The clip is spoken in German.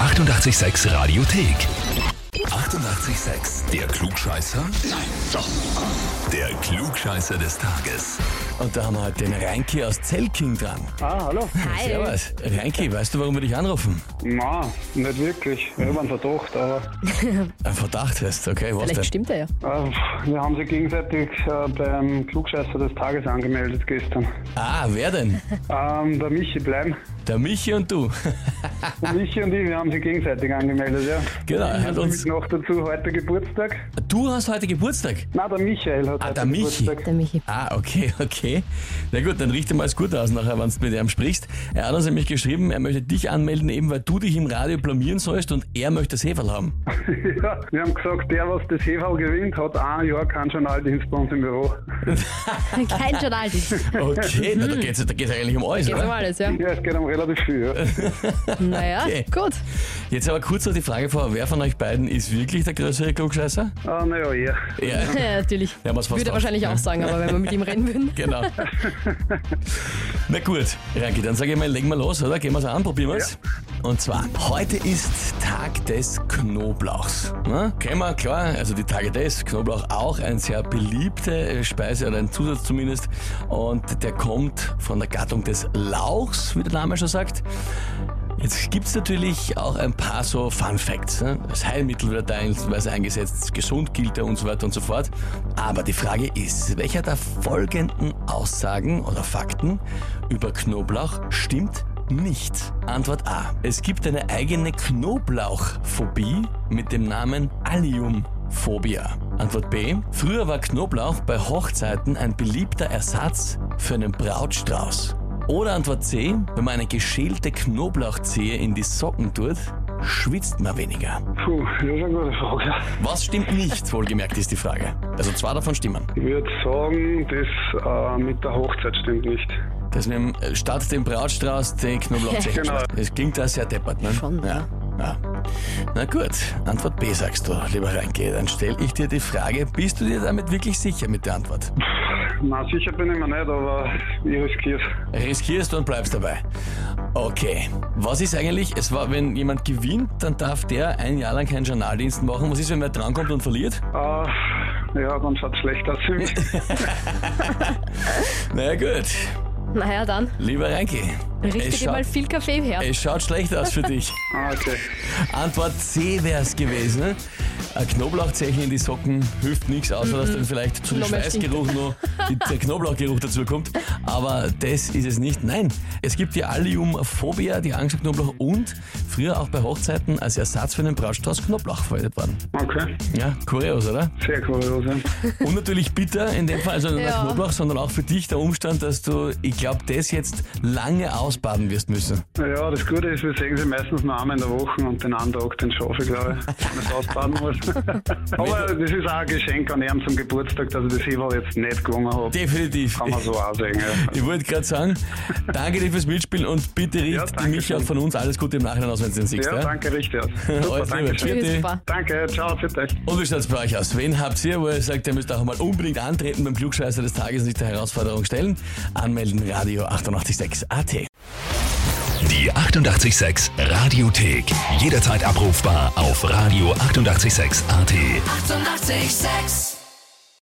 886 Radiothek. 88,6. Der Klugscheißer? Nein, doch. Der Klugscheißer des Tages. Und da haben wir halt den Reinki aus Zelking dran. Ah, hallo? Hi. Servus. Reinki, weißt du, warum wir dich anrufen? Na, nicht wirklich. Ich habe einen Verdacht, aber Ein Verdacht hast, okay, was Vielleicht denn? stimmt er ja. äh, wir haben sie gegenseitig äh, beim Klugscheißer des Tages angemeldet gestern. Ah, wer denn? Ähm, der Michi bleiben. Der Michi und du. Der Michi und ich, wir haben sie gegenseitig angemeldet, ja. Genau, er hat uns. Und noch dazu heute Geburtstag. Du hast heute Geburtstag. Na, der Michael hat Ah, heute der Michi. Geburtstag. Der Michi. Ah, okay, okay. Na gut, dann richte mal es gut aus nachher, wenn du mit ihm sprichst. Er hat uns nämlich geschrieben, er möchte dich anmelden, eben weil du dich im Radio blamieren sollst und er möchte das Heferl haben. ja, wir haben gesagt, der, was das Heferl gewinnt, hat ein Jahr keinen Journaldienst bei uns im Büro. Kein Journal. Geht's Okay, na, da geht es da geht's eigentlich um alles, um oder? alles, ja? Ja, es geht um relativ viel. Ja. Naja, Okay. gut. Jetzt aber kurz noch die Frage vor, wer von euch beiden ist wirklich der größere Klugscheißer? Ah, naja, ja. Ja. Ja, natürlich. Ja, was fast Würde er auch. wahrscheinlich auch sagen, aber wenn wir mit ihm reden würden. Genau. Na gut, Ranki, dann sage ich mal, legen wir los, oder? Gehen wir es an, probieren wir es. Und zwar, heute ist Tag des Knoblauchs. Ne? Kennen wir, klar, also die Tage des, Knoblauch auch, eine sehr beliebte äh, Speise oder ein Zusatz zumindest. Und der kommt von der Gattung des Lauchs, wie der Name schon sagt. Jetzt gibt's natürlich auch ein paar so Fun Facts. Ne? Das Heilmittel wird teilweise eingesetzt, gesund gilt er und so weiter und so fort. Aber die Frage ist, welcher der folgenden Aussagen oder Fakten über Knoblauch stimmt nicht? Antwort A. Es gibt eine eigene Knoblauchphobie mit dem Namen Alliumphobia. Antwort B. Früher war Knoblauch bei Hochzeiten ein beliebter Ersatz für einen Brautstrauß. Oder Antwort C, wenn man eine geschälte Knoblauchzehe in die Socken tut, schwitzt man weniger. Puh, das ist eine gute Frage. Was stimmt nicht, wohlgemerkt ist die Frage. Also zwei davon stimmen. Ich würde sagen, das äh, mit der Hochzeit stimmt nicht. Das mit dem, äh, statt dem Brautstrauß die Knoblauchzehe. Genau. Das klingt da sehr deppert, ne? Schon, Ja. ja. ja. Na gut, Antwort B sagst du, lieber Reinke. Dann stelle ich dir die Frage, bist du dir damit wirklich sicher mit der Antwort? Na, sicher bin ich mir nicht, aber ich riskiere es. Riskierst du und bleibst dabei. Okay. Was ist eigentlich, es war, wenn jemand gewinnt, dann darf der ein Jahr lang keinen Journaldienst machen. Was ist, wenn wer drankommt und verliert? Äh, ja, dann schaut es schlecht aus für mich. Na gut, Naja, dann. lieber Reinke. Richte es, dir schaut- mal viel Kaffee her. es schaut schlecht aus für dich. ah, okay. Antwort C wäre es gewesen. Ein Knoblauchzeichen in die Socken hilft nichts, außer dass dann vielleicht zu dem Mhm. Noch mehr stinkt. Schweißgeruch noch die- der Knoblauchgeruch dazu kommt. Aber das ist es nicht. Nein, es gibt die Alliumphobia, die Angst vor Knoblauch und früher auch bei Hochzeiten als Ersatz für einen Brautstrauß Knoblauch verwendet worden. Okay, Ja, kurios, oder? sehr kurios. ja. Und natürlich bitter, in dem Fall also nicht Ja. Knoblauch, sondern auch für dich der Umstand, dass du, ich glaube, das jetzt lange ausbaden wirst müssen. Ja, das Gute ist, wir sehen sie meistens nur einmal in der Woche und den anderen Tag, den schaffe ich, glaube ich, wenn ich das ausbaden muss. aber das ist auch ein Geschenk an ihm zum Geburtstag, dass ich das Heberl jetzt nicht gewonnen habe. Definitiv. Kann man so auch sehen, ja. Ich wollte gerade sagen, danke dir fürs Mitspielen und bitte richt Ja, die danke Micha schön. von uns alles Gute im Nachhinein aus, wenn du den siehst. Ja, Ja, danke, richtig. Super, Alles Liebe. danke schön. Bitte. Tschüss, Super. Danke, ciao, für dich. Und wie schaut's bei euch aus? Wen habt ihr, wo ihr sagt, ihr müsst auch mal unbedingt antreten beim Klugscheißer des Tages und sich der Herausforderung stellen? Anmelden, Radio 886 AT. Die 88,6 Radiothek. Jederzeit abrufbar auf radio886.at. 88,6. Eighty-eight, sex.